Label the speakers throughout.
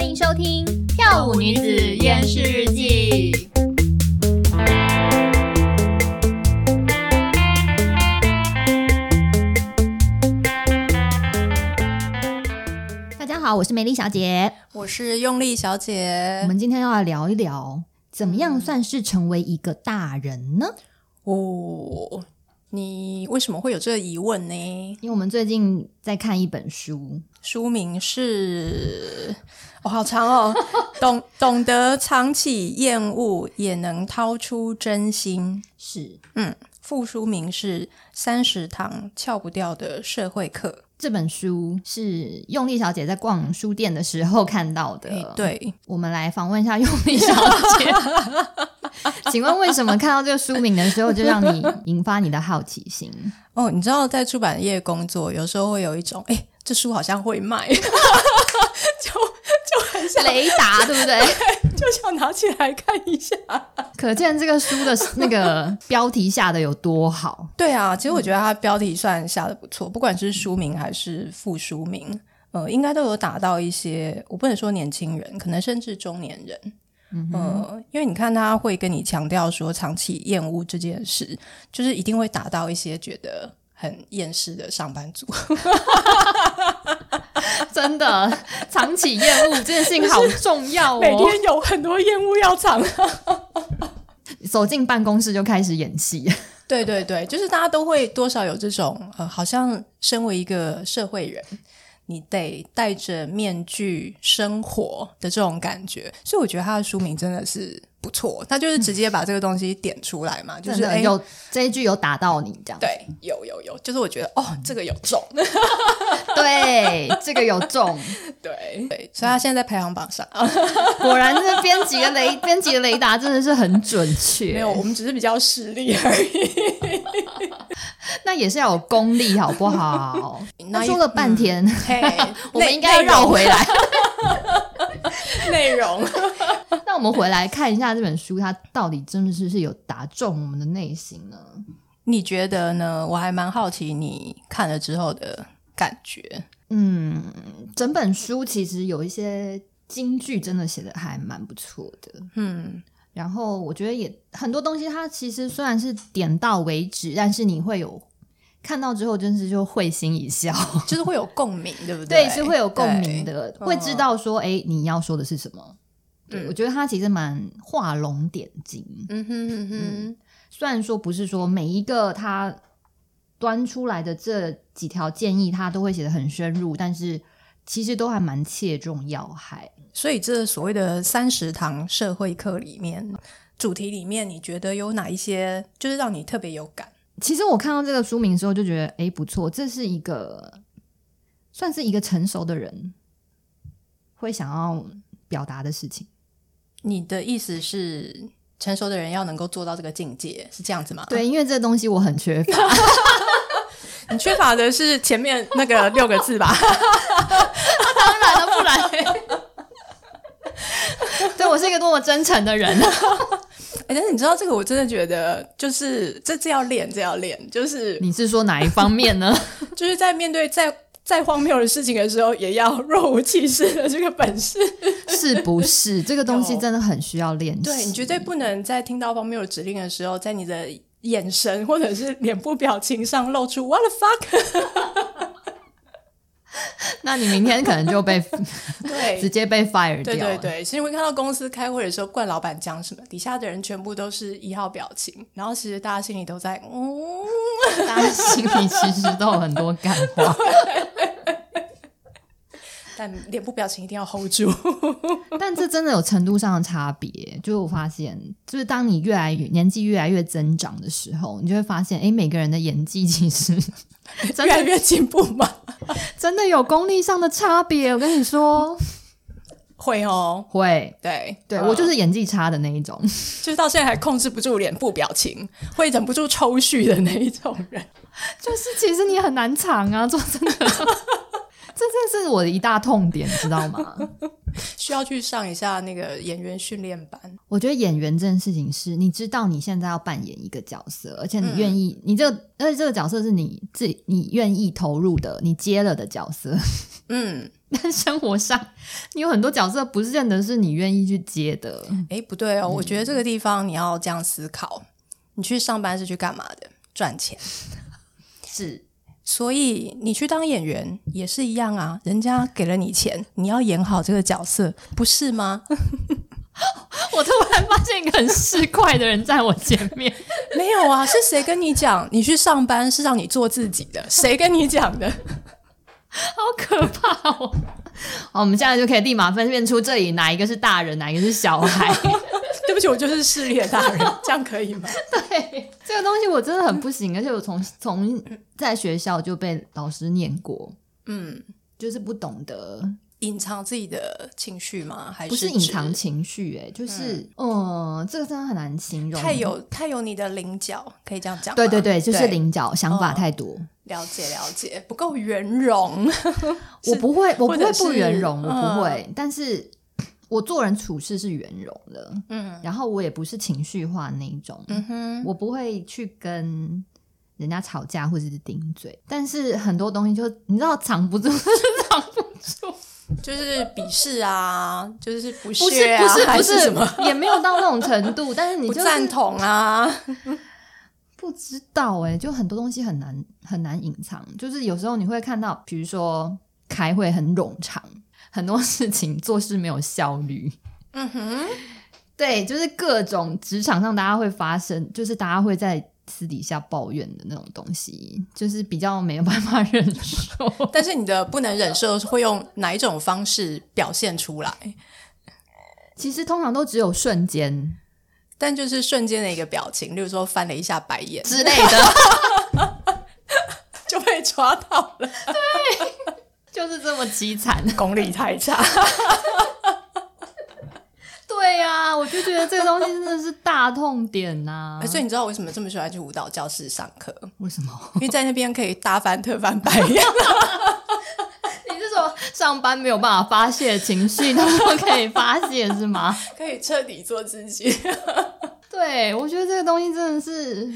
Speaker 1: 迎收听《跳舞女子厌世日记》。大家好，我是美丽小姐。
Speaker 2: 我是用力小姐。
Speaker 1: 我们今天要来聊一聊，怎么样算是成为一个大人呢？
Speaker 2: 哦，你为什么会有这个疑问呢？
Speaker 1: 因为我们最近在看一本书，
Speaker 2: 书名是……哦，好长 哦。懂懂得藏起厌恶，也能掏出真心。
Speaker 1: 是
Speaker 2: 嗯，副书名是《三十堂撬不掉的社会课
Speaker 1: 这本书是用力小姐在逛书店的时候看到》的。
Speaker 2: 诶，，对，
Speaker 1: 我们来访问一下用力小 姐。请问为什么看到这个书名的时候，就让你引发你的好奇心？
Speaker 2: 哦，你知道在出版业工作，有时候会有一种，哎，这书好像会卖， 就就很想
Speaker 1: 雷达对不对？
Speaker 2: 就想拿起来看一下。
Speaker 1: 可见这个书的那个标题下的有多好。
Speaker 2: 对啊，其实我觉得它标题算下的不错，不管是书名还是副书名，呃，应该都有打到一些，我不能说年轻人，可能甚至中年人。嗯、呃，因为你看他会跟你强调说长期厌恶这件事，就是一定会打到一些觉得很厌世的上班族。
Speaker 1: 真的，藏起厌恶这件事情好重要
Speaker 2: 每
Speaker 1: 哦。
Speaker 2: 天有很多厌恶要藏。
Speaker 1: 走进办公室就开始演戏，
Speaker 2: 对对对，就是大家都会多少有这种呃，好像身为一个社会人，你得戴着面具生活的这种感觉。所以我觉得他的书名真的是不错，他就是直接把这个东西点出来嘛，就
Speaker 1: 真
Speaker 2: 是
Speaker 1: 的
Speaker 2: 哎，
Speaker 1: 有这一句有打到你这样。
Speaker 2: 对，有有有，就是我觉得哦，这个有中，
Speaker 1: 对，这个有中，
Speaker 2: 对对，所以他现在在排行榜上、
Speaker 1: 果然这编辑的雷编辑的雷达真的是很准确。
Speaker 2: 没有，我们只是比较势利而已。
Speaker 1: 那也是要有功力，好不 好？那
Speaker 2: 那
Speaker 1: 说了半天，，
Speaker 2: 嘿
Speaker 1: 我们
Speaker 2: 内
Speaker 1: 应该嗯要绕 回来。
Speaker 2: 内容。内容
Speaker 1: 那我们回来 看一下这本书，它到底真的是是有打中我们的内心呢？
Speaker 2: 你觉得呢？我还蛮好奇你看了之后的感觉。
Speaker 1: 嗯，整本书其实有一些京剧真的写的还蛮不错的。
Speaker 2: 嗯，
Speaker 1: 然后我觉得也很多东西，它其实虽然是点到为止，但是你会有看到之后，真是就会心一笑。
Speaker 2: 就是会有共鸣，对不
Speaker 1: 对，
Speaker 2: 对，
Speaker 1: 是会有共鸣的，
Speaker 2: 对
Speaker 1: 会知道说，哎、你要说的是什么。对，
Speaker 2: 嗯
Speaker 1: 我觉得他其实蛮画龙点睛。
Speaker 2: 对。嗯哼嗯哼，
Speaker 1: 虽然说不是说每一个他端出来的这几条建议，他都会写的很深入，但是其实都还蛮切中要害。
Speaker 2: 所以这所谓的三十堂社会课里面，主题里面，你觉得有哪一些就是让你特别有感？
Speaker 1: 其实我看到这个书名的时候，就觉得，哎、不错，这是一个算是一个成熟的人会想要表达的事情。
Speaker 2: 你的意思是，成熟的人要能够做到这个境界，是这样子吗？，
Speaker 1: 对，因为这东西我很缺 乏。
Speaker 2: 你缺乏的是前面那 个六个字吧？
Speaker 1: 当然了，不然嘞。对我是一个多么真诚的人，
Speaker 2: 哎、但是你知道这个，我真的觉得就是这这要练，这要练， 就是
Speaker 1: 你是说哪一方面呢？
Speaker 2: 就是在面对再再荒谬的事情的时候，也要若无其事的这个本事。
Speaker 1: 是不是这个东西真的很需要练习？
Speaker 2: 对你绝对不能在听到方面有指令的时候，在你的眼神或者是脸部表情上露出 “what the fuck”，
Speaker 1: 那你明天可能就 被直
Speaker 2: 对。
Speaker 1: 接被 fire 掉
Speaker 2: 对
Speaker 1: 了。
Speaker 2: 对对，是因为看到公司开会的时候，冠老板讲什么，底下的人全部都是一号表情，然后其实大家心里都在，嗯，
Speaker 1: 大家心里其实都有很多感话。
Speaker 2: 但脸部表情一定要 hold 住。
Speaker 1: 但这真的有程度上的差别。就是我发现，就是当你越来越年纪越来越增长的时候，你就会发现，哎，每个人的演技其实 真
Speaker 2: 越来
Speaker 1: 的
Speaker 2: 越进步嘛，
Speaker 1: 真的有功力上的差别。我跟你 说，
Speaker 2: 会哦，
Speaker 1: 会。
Speaker 2: 对
Speaker 1: 对、
Speaker 2: 嗯
Speaker 1: 我就是演技差的那一种，
Speaker 2: 就是到现在还控制不住脸部表情，会忍不住抽搐的那一种人。
Speaker 1: 就是其实你很难 藏啊，做真的，这真的是我的一大痛点，知道吗？
Speaker 2: 需要去上一下那个演员训练班。
Speaker 1: 我觉得演员这件事情是，你知道你现在要扮演一个角色，而且你愿意，你这个，而且这个角色是你自己你愿意投入的，你接了的角色。
Speaker 2: 嗯，
Speaker 1: 但生活上，你有很多角色不是认得是你愿意去接的。
Speaker 2: 诶，不对哦，我
Speaker 1: 嗯
Speaker 2: 觉得这个地方你要这样思考：你去上班是去干嘛的？赚钱。
Speaker 1: 是，
Speaker 2: 所以你去当演员也是一样啊，人家给了你钱，你要演好这个角色，不是吗？
Speaker 1: 我突然发现一个很市侩的人在我前面，
Speaker 2: 没有啊，是谁跟你讲你去上班是让你做自己的？谁跟你讲的？
Speaker 1: 好可怕哦！ 好，我们现在就可以立马分辨出这里哪一个是大人，哪一个是小 孩。
Speaker 2: 对不起，我就是势利的大人，这样可以吗？
Speaker 1: 对，这个东西我真的很不行，而且我从从在学校就被老师念过，
Speaker 2: 嗯，
Speaker 1: 就是不懂得，
Speaker 2: 隐藏自己的情绪吗？还
Speaker 1: 不是
Speaker 2: 是
Speaker 1: 隐
Speaker 2: 指
Speaker 1: 藏情绪、欸，哎，就是，嗯、这个真的很难形容，
Speaker 2: 太。有太有你的棱角，可以这样讲吗。
Speaker 1: 对对对，就是棱角，想法
Speaker 2: 嗯
Speaker 1: 太多。
Speaker 2: 了解了解，不够圆融。
Speaker 1: 我不会，我不
Speaker 2: 或者
Speaker 1: 会不
Speaker 2: 是
Speaker 1: 圆融，我不
Speaker 2: 嗯
Speaker 1: 会，但是我做人处事是圆融的，
Speaker 2: 嗯
Speaker 1: 然后我也不是情绪化那一种，
Speaker 2: 嗯哼，
Speaker 1: 我不会去跟人家吵架或者是顶嘴，但是很多东西就你知道藏不住，藏不住，
Speaker 2: 就是鄙视啊，就是不
Speaker 1: 不是
Speaker 2: 屑啊，
Speaker 1: 不是
Speaker 2: 还
Speaker 1: 不
Speaker 2: 是什么
Speaker 1: 也没有到那种程度，但 是你
Speaker 2: 不
Speaker 1: 就是
Speaker 2: 赞同啊？
Speaker 1: 不知道哎、就很多东西很难很难隐藏，就是有时候你会看到，比如说开会很冗长，很多事情做事没有效率。
Speaker 2: 嗯哼，
Speaker 1: 对，就是各种职场上大家会发生，就是大家会在私底下抱怨的那种东西，就是比较没有办法 忍受。
Speaker 2: 但是你的不能忍受是会用哪一种方式表现出来？
Speaker 1: 其实通常都只有瞬间
Speaker 2: 但就是瞬间的一个表情，例如说翻了一下白眼
Speaker 1: 之类的，
Speaker 2: 就被抓到了，
Speaker 1: 就是这么凄惨。
Speaker 2: 功力太差。
Speaker 1: 对呀、我就觉得这个东西真的是大痛点啊呐、
Speaker 2: 所以你知道我为什么这么喜欢去舞蹈教室上课？
Speaker 1: 哎为什么？
Speaker 2: 因为在那边可以大翻特翻白 眼。
Speaker 1: 你是说上班没有办法发泄情绪，他们可以发泄是吗？
Speaker 2: 可以彻底做自己。
Speaker 1: 对，我觉得这个东西真的是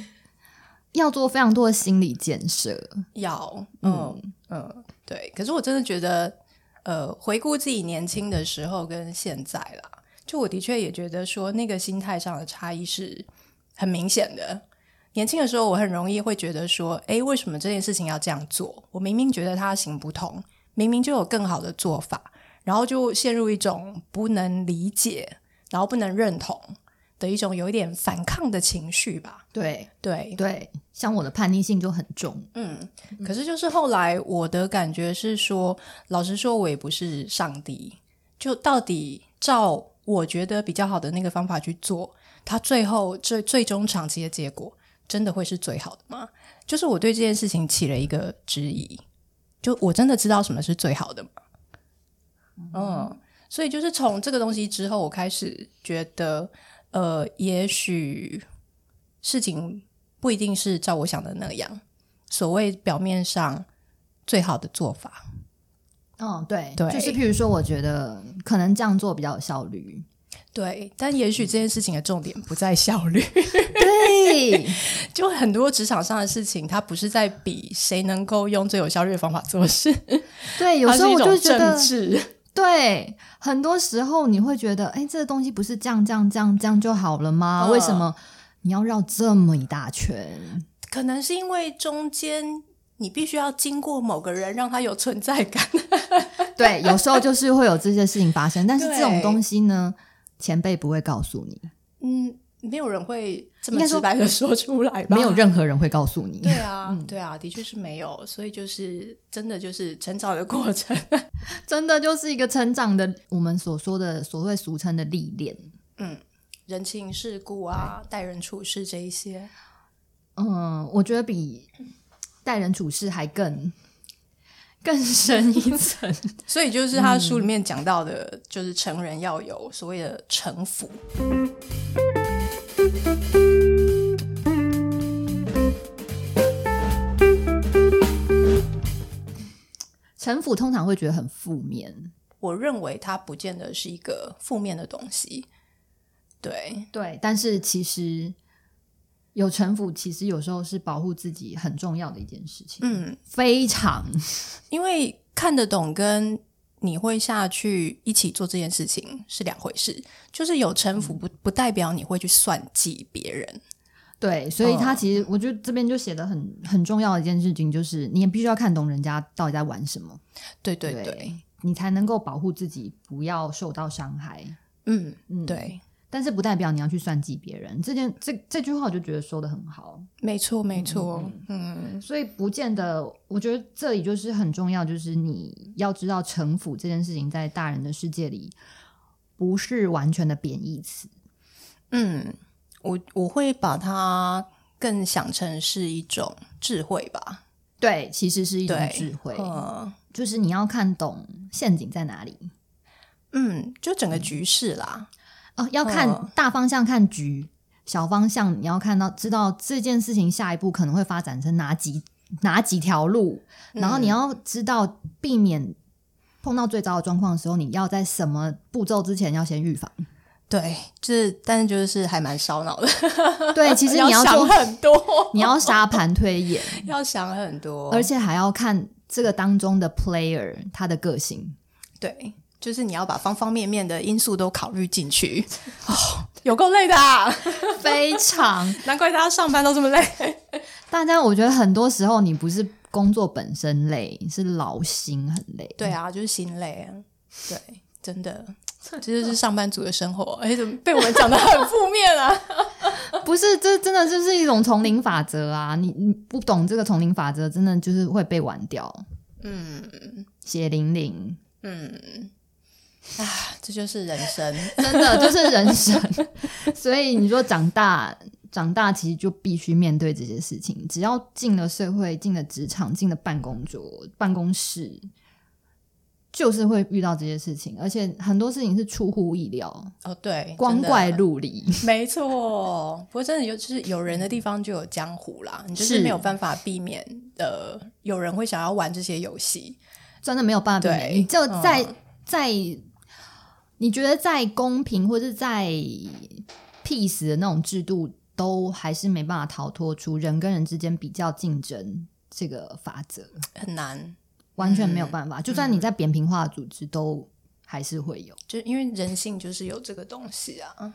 Speaker 1: 要做非常多的心理建设。
Speaker 2: 要，嗯嗯，对。可是我真的觉得，呃，回顾自己年轻的时候跟现在啦，就我的确也觉得说，那个心态上的差异是很明显的。年轻的时候，我很容易会觉得说，诶，为什么这件事情要这样做？我明明觉得它行不通，明明就有更好的做法，然后就陷入一种不能理解，然后不能认同的一种有一点反抗的情绪吧。
Speaker 1: 对
Speaker 2: 对，
Speaker 1: 对，像我的叛逆性就很重。
Speaker 2: 嗯，可是就是后来我的感觉是说，老实说，我也不是上帝，就到底照我觉得比较好的那个方法去做，它最后最最终长期的结果，真的会是最好的吗？就是我对这件事情起了一个质疑，就我真的知道什么是最好的吗？嗯，所以就是从这个东西之后，我开始觉得，呃，也许事情不一定是照我想的那样。所谓表面上最好的做法。
Speaker 1: 嗯，对，
Speaker 2: 对
Speaker 1: 就是譬如说，我觉得可能这样做比较有效率。
Speaker 2: 对，但也许这件事情的重点不在效 率，
Speaker 1: 对，
Speaker 2: 就很多职场上的事情，它不是在比谁能够用最有效率的方法做事，
Speaker 1: 对，有
Speaker 2: 它
Speaker 1: 时
Speaker 2: 是
Speaker 1: 候
Speaker 2: 一
Speaker 1: 我
Speaker 2: 种
Speaker 1: 就觉
Speaker 2: 政
Speaker 1: 得，
Speaker 2: 治。
Speaker 1: 对，很多时候你会觉得，哎，这个东西不是这样、这样、这样、这样就好了吗？
Speaker 2: 嗯
Speaker 1: 为什么你要绕这么一大圈？
Speaker 2: 可能是因为中间你必须要经过某个人，让他有存在感。
Speaker 1: 对，有时候就是会有这些事情发生，但是
Speaker 2: 对
Speaker 1: 这种东西呢，前辈不会告诉你，
Speaker 2: 嗯，没有人会这
Speaker 1: 应
Speaker 2: 么
Speaker 1: 该说
Speaker 2: 直白的说出来吧？
Speaker 1: 没有任何人会嗯告诉你
Speaker 2: 对。啊，对啊，的确是没有，所以就是真的就是成长的过程。
Speaker 1: 真的就是一个成长的，我们所说的所谓俗称的历练。
Speaker 2: 人情世故啊，待人处事这一些，
Speaker 1: 嗯，我觉得比待人处事还更更深一层。
Speaker 2: 所以就是他书里面讲到的，就是成人要有所谓的城府。
Speaker 1: 城府通常会觉得很负面，
Speaker 2: 我认为它不见得是一个负面的东西。对，
Speaker 1: 对，但是其实有城府，其实有时候是保护自己很重要的一件事情，
Speaker 2: 嗯，
Speaker 1: 非常
Speaker 2: 因为看得懂跟你会下去一起做这件事情是两回事，就是有城府不不代表你会去算计别人。
Speaker 1: 对，所以他
Speaker 2: 嗯
Speaker 1: 其实我觉得这边就写的很很重要的一件事情，就是你也必须要看懂人家到底在玩什么，
Speaker 2: 对对对，
Speaker 1: 你才能够保护自己不要受到伤害。
Speaker 2: 嗯，
Speaker 1: 嗯，。
Speaker 2: 对，
Speaker 1: 但是不代表你要去算计别人，这件这这句话我就觉得说的很好，
Speaker 2: 没错没错，嗯
Speaker 1: 所以不见得，我觉得这里就是很重要，就是你要知道城府这件事情在大人的世界里不是完全的贬义词，
Speaker 2: 嗯，我我会把它更想成是一种智慧吧。
Speaker 1: 对，其实是一种
Speaker 2: 对
Speaker 1: 智慧，
Speaker 2: 呃，
Speaker 1: 就是你要看懂陷阱在哪里，
Speaker 2: 嗯，就整个局势啦，
Speaker 1: 哦，要看
Speaker 2: 嗯
Speaker 1: 大方向看局，小方向你要看到知道这件事情下一步可能会发展成哪几哪几条路，然
Speaker 2: 嗯
Speaker 1: 后你要知道避免碰到最糟的状况的时候，你要在什么步骤之前要先预防。
Speaker 2: 对，这但是就是还蛮烧脑的。
Speaker 1: 对， 其实你
Speaker 2: 要
Speaker 1: 做
Speaker 2: 想很多，
Speaker 1: 你要沙盘推演，
Speaker 2: 要想很多，
Speaker 1: 而且还要看这个当中的 player 他的个性。
Speaker 2: 对，就是你要把方方面面的因素都考虑进去。 哦，有够累的、啊，
Speaker 1: 非常，
Speaker 2: 难怪大家上班都这么累。
Speaker 1: 大家我觉得很多时候你不是工作本身累，是劳心很累。
Speaker 2: 对啊，就是心累啊。对，真 的，这就是上班族的生活。哎，怎么被我们讲的很负面啊？
Speaker 1: 不是，这真的就是一种丛林法则啊！你你不懂这个丛林法则，真的就是会被玩掉，
Speaker 2: 嗯
Speaker 1: 血淋淋，
Speaker 2: 嗯，啊， 这就是人生。
Speaker 1: 真的就是人生。所以你说长大，长大其实就必须面对这些事情。只要进了社会，进了职场，进了办公桌、办公室，就是会遇到这些事情，而且很多事情是出乎意料，
Speaker 2: 哦，对，
Speaker 1: 光
Speaker 2: 真的
Speaker 1: 怪陆离。
Speaker 2: 没错，不过真的有就是有人的地方就有江湖啦，你就是
Speaker 1: 是
Speaker 2: 没有办法避免呃，有人会想要玩这些游戏。
Speaker 1: 真的没有办法避免。
Speaker 2: 对
Speaker 1: 你就在、
Speaker 2: 嗯
Speaker 1: 在你觉得在公平或是在 peace 的那种制度，都还是没办法逃脱出人跟人之间比较竞争这个法则，
Speaker 2: 很难，
Speaker 1: 完全没有办法。就算你在扁平化的组织，都还是会有。
Speaker 2: 就因为人性就是有这个东西啊。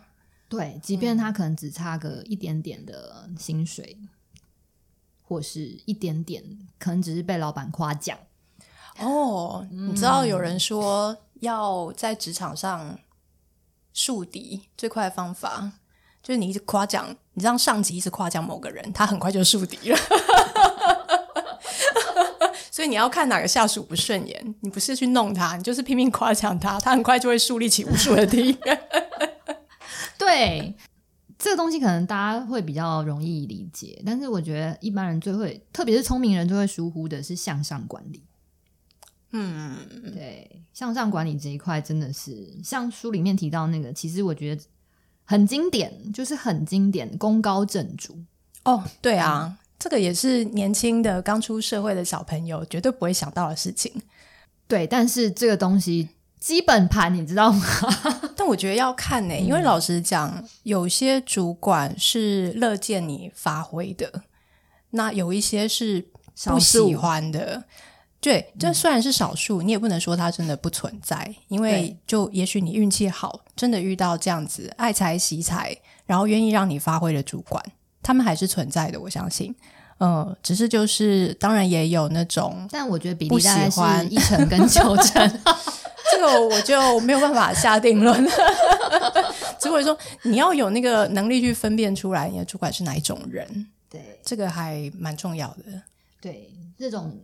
Speaker 1: 对，即便他可能只差个一点点的薪水。或是一点点，可能只是被老板夸奖，
Speaker 2: 哦，你知道有人说要在职场上树敌最快的方法，就是你一直夸奖，你让上级一直夸奖某个人，他很快就树敌了。 所以你要看哪个下属不顺眼，你不是去弄他，你就是拼命夸奖他，他很快就会树立起无数的敌人。
Speaker 1: 对，这个东西可能大家会比较容易理解，但是我觉得一般人最会，特别是聪明人最会疏忽的是向上管理。
Speaker 2: 嗯，
Speaker 1: 对，向上管理这一块真的是像书里面提到那个，其实我觉得很经典，就是很经典，功高震主。
Speaker 2: 哦，对啊，这个也是年轻的刚出社会的小朋友绝对不会想到的事情。
Speaker 1: 对，但是这个东西基本盘你知道吗？
Speaker 2: 但我觉得要看
Speaker 1: 嗯
Speaker 2: 呢、因为老实讲，有些主管是乐见你发挥的，那有一些是
Speaker 1: 少
Speaker 2: 不喜
Speaker 1: 数嗯
Speaker 2: 欢的。对，这虽然是少数，你也不能说它真的不存在，因为
Speaker 1: 对
Speaker 2: 就也许你运气好，真的遇到这样子爱财惜财，然后愿意让你发挥的主管，他们还是存在的，我相信。嗯，只是就是，当然也有那种
Speaker 1: 但我觉得比
Speaker 2: 不
Speaker 1: 例
Speaker 2: 喜
Speaker 1: 大概是
Speaker 2: 欢
Speaker 1: 一成跟九 成。
Speaker 2: 这个我就没有办法下定论， 只会说你要有那个能力去分辨出来你的主管是哪一种人，
Speaker 1: 对
Speaker 2: 这个还蛮重要的。
Speaker 1: 对，这种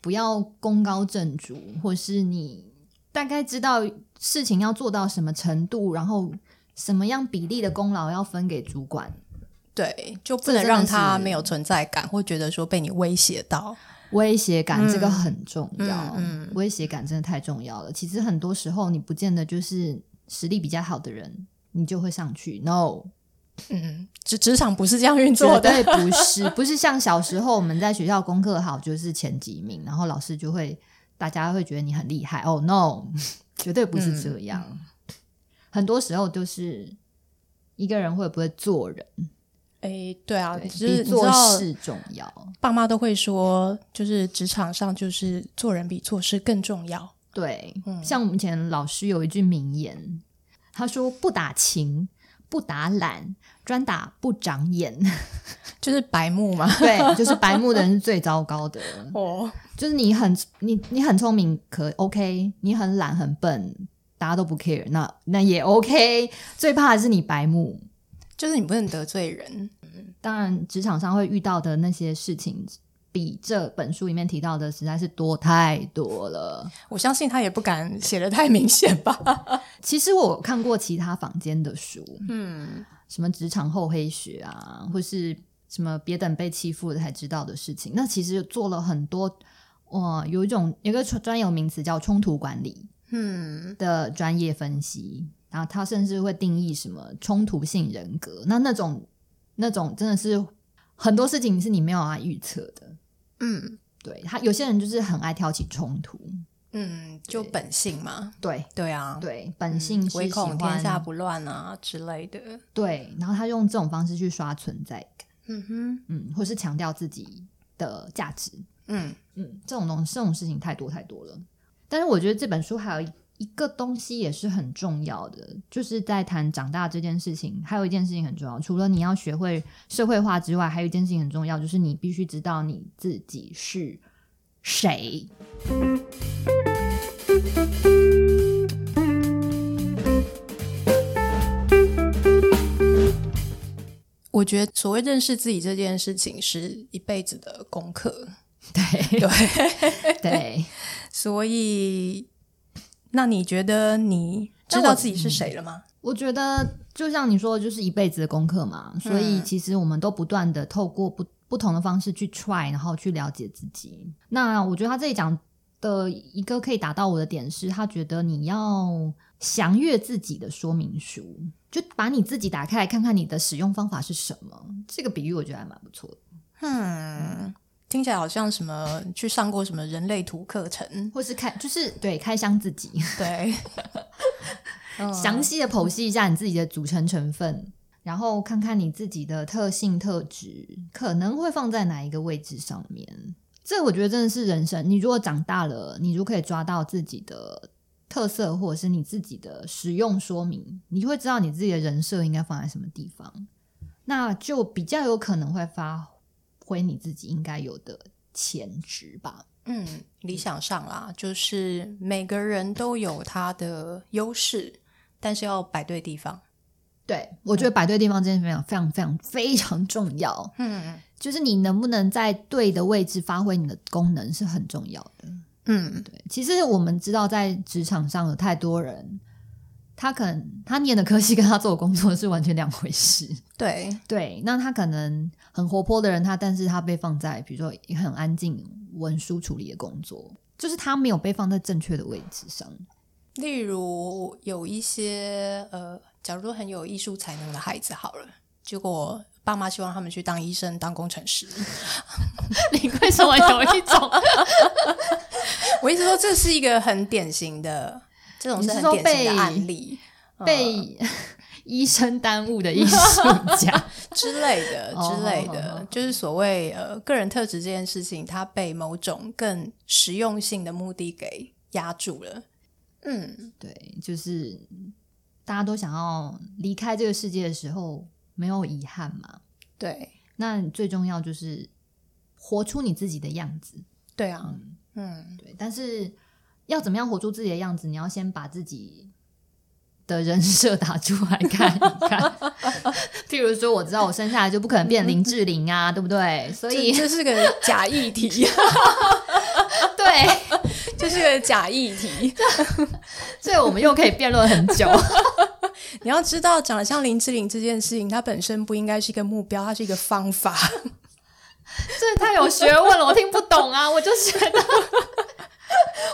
Speaker 1: 不要功高震主，或是你大概知道事情要做到什么程度，然后什么样比例的功劳要分给主管，
Speaker 2: 对，就不
Speaker 1: 这真的
Speaker 2: 能
Speaker 1: 是
Speaker 2: 让他没有存在感，或觉得说被你威胁到。
Speaker 1: 威胁感这个很重要，
Speaker 2: 嗯
Speaker 1: 威胁感真的太重要了。其实很多时候你不见得就是实力比较好的人，你就会上去。No，
Speaker 2: 嗯，职职场不是这样运
Speaker 1: 绝
Speaker 2: 作的。
Speaker 1: 对 不是，不是像小时候我们在学校功课好就是前几名，然后老师就会大家会觉得你很厉害。哦、no，绝 对不是这样。
Speaker 2: 嗯
Speaker 1: 很多时候就是一个人会不会做人，
Speaker 2: 哎，对啊，
Speaker 1: 对
Speaker 2: 就是
Speaker 1: 比
Speaker 2: 你知
Speaker 1: 做
Speaker 2: 道，
Speaker 1: 事重要。
Speaker 2: 爸妈都会说，就是职场上就是做人比做事更重要。
Speaker 1: 对，
Speaker 2: 嗯
Speaker 1: 像我们以前老师有一句名言，他说：“不打勤，不打懒，专打不长 眼。
Speaker 2: 就是白目嘛。”
Speaker 1: 对，就是白目的人是最糟糕的。
Speaker 2: 哦，
Speaker 1: 就是你很你你很聪明可 OK，你很懒很笨，大家都不 care，那那也 OK。最怕的是你白目。
Speaker 2: 就是你不能得罪人。
Speaker 1: 当然，职场上会遇到的那些事情，比这本书里面提到的实在是多太多了。
Speaker 2: 我相信他也不敢写的太明显吧。
Speaker 1: 其实我有看过其他坊间的书，
Speaker 2: 嗯，
Speaker 1: 什么职场厚黑学啊，或是什么别等被欺负了才知道的事情，那其实做了很多。哇、有一种有一个专有名词叫冲突管理，
Speaker 2: 嗯，
Speaker 1: 的专业分析，然后他甚至会定义什么冲突性人格，那那种那种真的是很多事情是你没有办法预测的。
Speaker 2: 嗯，
Speaker 1: 对他，有些人就是很爱挑起冲突，
Speaker 2: 嗯，就本性嘛。
Speaker 1: 对
Speaker 2: 对啊，
Speaker 1: 对，本性是
Speaker 2: 唯
Speaker 1: 喜欢
Speaker 2: 恐天下不乱啊之类的。
Speaker 1: 对，然后他用这种方式去刷存在感，
Speaker 2: 嗯哼，
Speaker 1: 嗯，或是强调自己的价值，
Speaker 2: 嗯，
Speaker 1: 嗯，这种东这种事情太多太多了。但是我觉得这本书还有一个东西也是很重要的，就是在谈长大这件事情，还有一件事情很重要，除了你要学会社会化之外，还有一件事情很重要，就是你必须知道你自己是谁。
Speaker 2: 我觉得所谓认识自己这件事情是一辈子的功课。
Speaker 1: 对
Speaker 2: 对，
Speaker 1: 对，
Speaker 2: 所以，那你觉得你知
Speaker 1: 但
Speaker 2: 道
Speaker 1: 我
Speaker 2: 自己是谁了吗？
Speaker 1: 我觉得就像你说，的，就是一辈子的功课嘛，所以其实我们都不断的透过不不同的方式去 try，然后去了解自己。那我觉得他这里讲的一个可以达到我的点是，他觉得你要详阅自己的说明书，就把你自己打开来看看你的使用方法是什么。这个比喻我觉得还蛮不错的，
Speaker 2: 嗯，听起来好像什么去上过什么人类图课程，
Speaker 1: 或是开就是对开箱自己，
Speaker 2: 对，
Speaker 1: 详
Speaker 2: 嗯
Speaker 1: 细的剖析一下你自己的组成成分，然后看看你自己的特性特质可能会放在哪一个位置上面。这我觉得真的是人生。你如果长大了，你如果可以抓到自己的特色，或者是你自己的使用说明，你会知道你自己的人设应该放在什么地方，那就比较有可能会发挥你自己应该有的潜质吧。
Speaker 2: 嗯，理想上啦，就是每个人都有他的优势，但是要摆对地方。
Speaker 1: 对，我觉得摆对地方这件事非常非常非常非常重要。
Speaker 2: 嗯
Speaker 1: 就是你能不能在对的位置发挥你的功能是很重要的。
Speaker 2: 嗯，
Speaker 1: 对，其实我们知道，在职场上有太多人，他可能他念的科系跟他做的工作是完全两回事。
Speaker 2: 对，
Speaker 1: 对，那他可能很活泼的人，他但是他被放在比如说很安静文书处理的工作，就是他没有被放在正确的位置上。
Speaker 2: 例如有一些呃，假如说很有艺术才能的孩子，好了，结果爸妈希望他们去当医生、当工程师。
Speaker 1: 你为什么有一种
Speaker 2: 我一直说这是一个很典型的，这种是
Speaker 1: 你是
Speaker 2: 很
Speaker 1: 说
Speaker 2: 典型
Speaker 1: 被
Speaker 2: 的案例
Speaker 1: 被 医生耽误的艺术家？
Speaker 2: 之类的
Speaker 1: 哦
Speaker 2: 之类
Speaker 1: 好好好
Speaker 2: 的，就是所谓呃个人特质这件事情，它被某种更实用性的目的给压住了。嗯，
Speaker 1: 对，就是大家都想要离开这个世界的时候，没有遗憾嘛。
Speaker 2: 对，
Speaker 1: 那最重要就是活出你自己的样子。
Speaker 2: 对啊，嗯，
Speaker 1: 对，但是要怎么样活出自己的样子，你要先把自己的人设打出来看一看。 譬如说，我知道我生下来就不可能变林志玲啊，对不对？所
Speaker 2: 这
Speaker 1: 以
Speaker 2: 这是个假议题，
Speaker 1: 对，
Speaker 2: 这是个假议题。
Speaker 1: 所以我们又可以辩论很久。
Speaker 2: 你要知道，长得像林志玲这件事情，它本身不应该是一个目标，它是一个方法。
Speaker 1: 这太有学问了，我听不懂啊！我就觉得，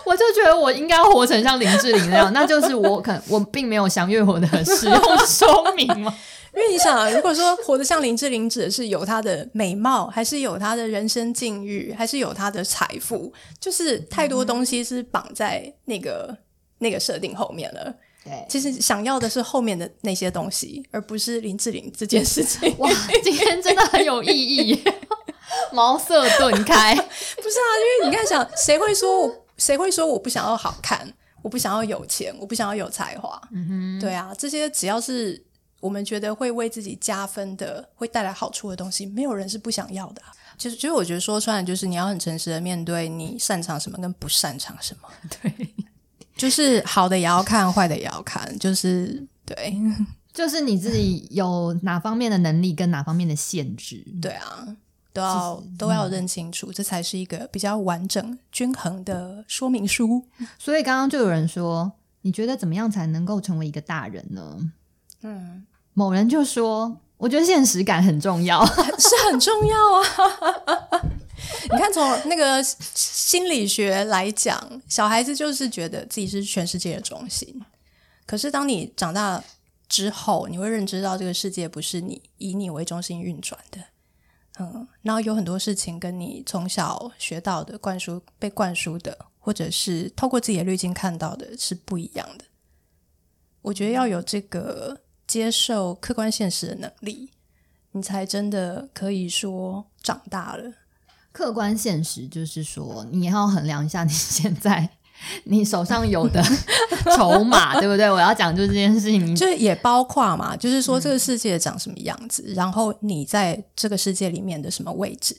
Speaker 1: 我就觉得我应该要活成像林志玲那样，那就是我可能我并没有详阅我的使用说明嘛。
Speaker 2: 因为你想，如果说活得像林志玲指的是有她的美貌，还是有她的人生境遇，还是有她的财富，就是太多东西是绑在那个那个设定后面了。
Speaker 1: 对，
Speaker 2: 其实想要的是后面的那些东西，而不是林志玲这件事情。
Speaker 1: 哇， 今天真的很有意义， 茅塞顿开。
Speaker 2: 不是啊，因为你看想，谁会说我谁会说我不想要好看，我不想要有钱，我不想要有才华？对啊，这些只要是我们觉得会为自己加分的，会带来好处的东西，没有人是不想要的啊、就是，其实我觉得说穿了，就是你要很诚实的面对你擅长什么跟不擅长什么。
Speaker 1: 对，
Speaker 2: 就是好的也要看，坏的也要看，就是对
Speaker 1: 就是你自己有哪方面的能力跟哪方面的限制。
Speaker 2: 对啊，都要都要认清楚，这才是一个比较完整、均衡的说明书。
Speaker 1: 所以刚刚就有人说，你觉得怎么样才能够成为一个大人呢？
Speaker 2: 嗯，
Speaker 1: 某人就说，我觉得现实感很重要。
Speaker 2: 是很重要啊。 你看，从那个心理学来讲，小孩子就是觉得自己是全世界的中心。可是，当你长大之后，你会认知到这个世界不是你以你为中心运转的。嗯，然后有很多事情跟你从小学到的、灌输、被灌输的，或者是透过自己的滤镜看到的，是不一样的。我觉得要有这个接受客观现实的能力，你才真的可以说长大了。
Speaker 1: 客观现实就是说，你要衡量一下你现在你手上有的筹码，对不对？我要讲就是这件事情，
Speaker 2: 就是也包括嘛，就是说这个世界长什么样子，然后你在这个世界里面的什么位置，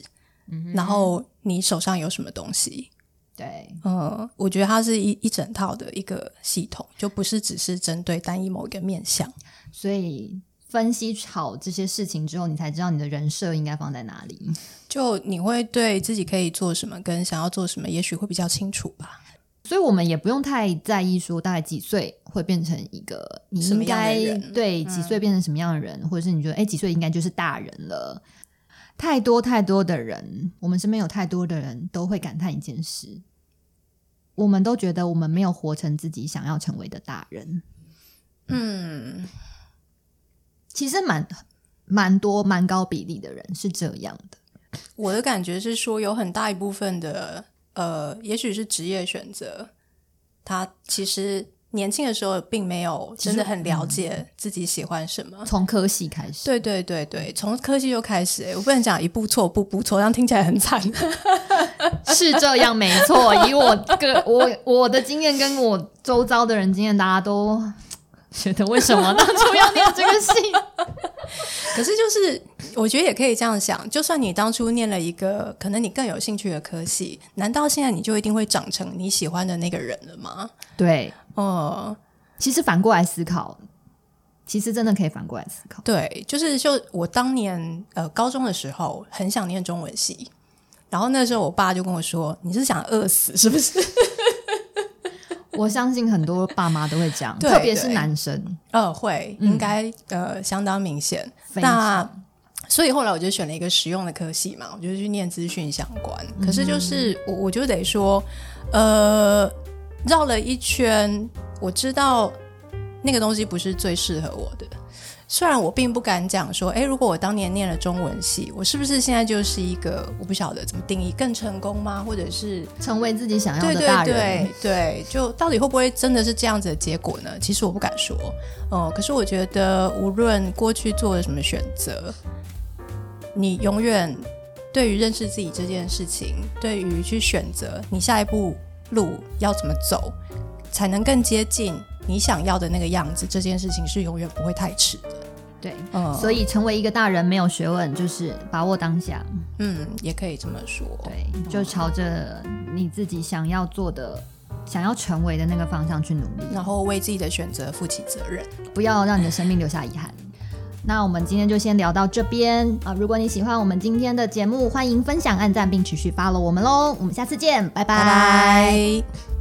Speaker 2: 然后你手上有什么东西。
Speaker 1: 对
Speaker 2: 嗯，我觉得它是一一整套的一个系统，就不是只是针对单一某一个面向。
Speaker 1: 所以分析好这些事情之后，你才知道你的人设应该放在哪里。
Speaker 2: 就你会对自己可以做什么跟想要做什么，也许会比较清楚吧。
Speaker 1: 所以我们也不用太在意说大概几岁会变成一个你
Speaker 2: 什么
Speaker 1: 应
Speaker 2: 样
Speaker 1: 该
Speaker 2: 的人
Speaker 1: 对几岁变成什么样的人，或者是你觉得哎几岁应该就是大人了。太多太多的人，我们身边有太多的人都会感叹一件事：我们都觉得我们没有活成自己想要成为的大人。
Speaker 2: 嗯，
Speaker 1: 其实蛮蛮多蛮高比例的人是这样的。
Speaker 2: 我的感觉是说，有很大一部分的呃，也许是职业选择，他其实年轻的时候并没有真的很了解自己喜欢什么。
Speaker 1: 从科系开始，
Speaker 2: 对对对对，从科技就开始、欸，我不能讲一步错步步错，这样听起来很惨。
Speaker 1: 是这样，没错。以我个我我的经验跟我周遭的人经验，大家都觉得为什么当初要念这个系？
Speaker 2: 可是就是，我觉得也可以这样想，就算你当初念了一个可能你更有兴趣的科系，难道现在你就一定会长成你喜欢的那个人了吗？
Speaker 1: 对，
Speaker 2: 哦、
Speaker 1: 其实反过来思考，其实真的可以反过来思考。
Speaker 2: 对，就是就我当年呃高中的时候很想念中文系，然后那时候我爸就跟我说：“你是想饿死是不是
Speaker 1: 我相信很多爸妈都会这样，
Speaker 2: 对
Speaker 1: 特别是
Speaker 2: 对
Speaker 1: 男生。？”
Speaker 2: 呃，会应该、呃相当明显。
Speaker 1: 非
Speaker 2: 那所以后来我就选了一个实用的科系嘛，我就去念资讯相关。可是就是我我就得说，呃，绕了一圈，我知道那个东西不是最适合我的。虽然我并不敢讲说，诶，如果我当年念了中文系，我是不是现在就是一个我不晓得怎么定义更成功吗？或者是
Speaker 1: 成为自己想要
Speaker 2: 对
Speaker 1: 的
Speaker 2: 对
Speaker 1: 大人，
Speaker 2: 对对，就到底会不会真的是这样子的结果呢？其实我不敢说，哦、可是我觉得无论过去做了什么选择，你永远对于认识自己这件事情，对于去选择你下一步路要怎么走，才能更接近你想要的那个样子，这件事情是永远不会太迟的。
Speaker 1: 对
Speaker 2: 嗯
Speaker 1: 所以成为一个大人没有学问，就是把握当下。
Speaker 2: 嗯，也可以这么说。
Speaker 1: 对，就朝着你自己想要做的、想要成为的那个方向去努力。
Speaker 2: 然后为自己的选择负起责任。
Speaker 1: 不要让你的生命留下遗憾。那我们今天就先聊到这边啊！如果你喜欢我们今天的节目，欢迎分享、按赞并持续 follow 我们喽！我们下次见，拜
Speaker 2: 拜
Speaker 1: 拜
Speaker 2: 拜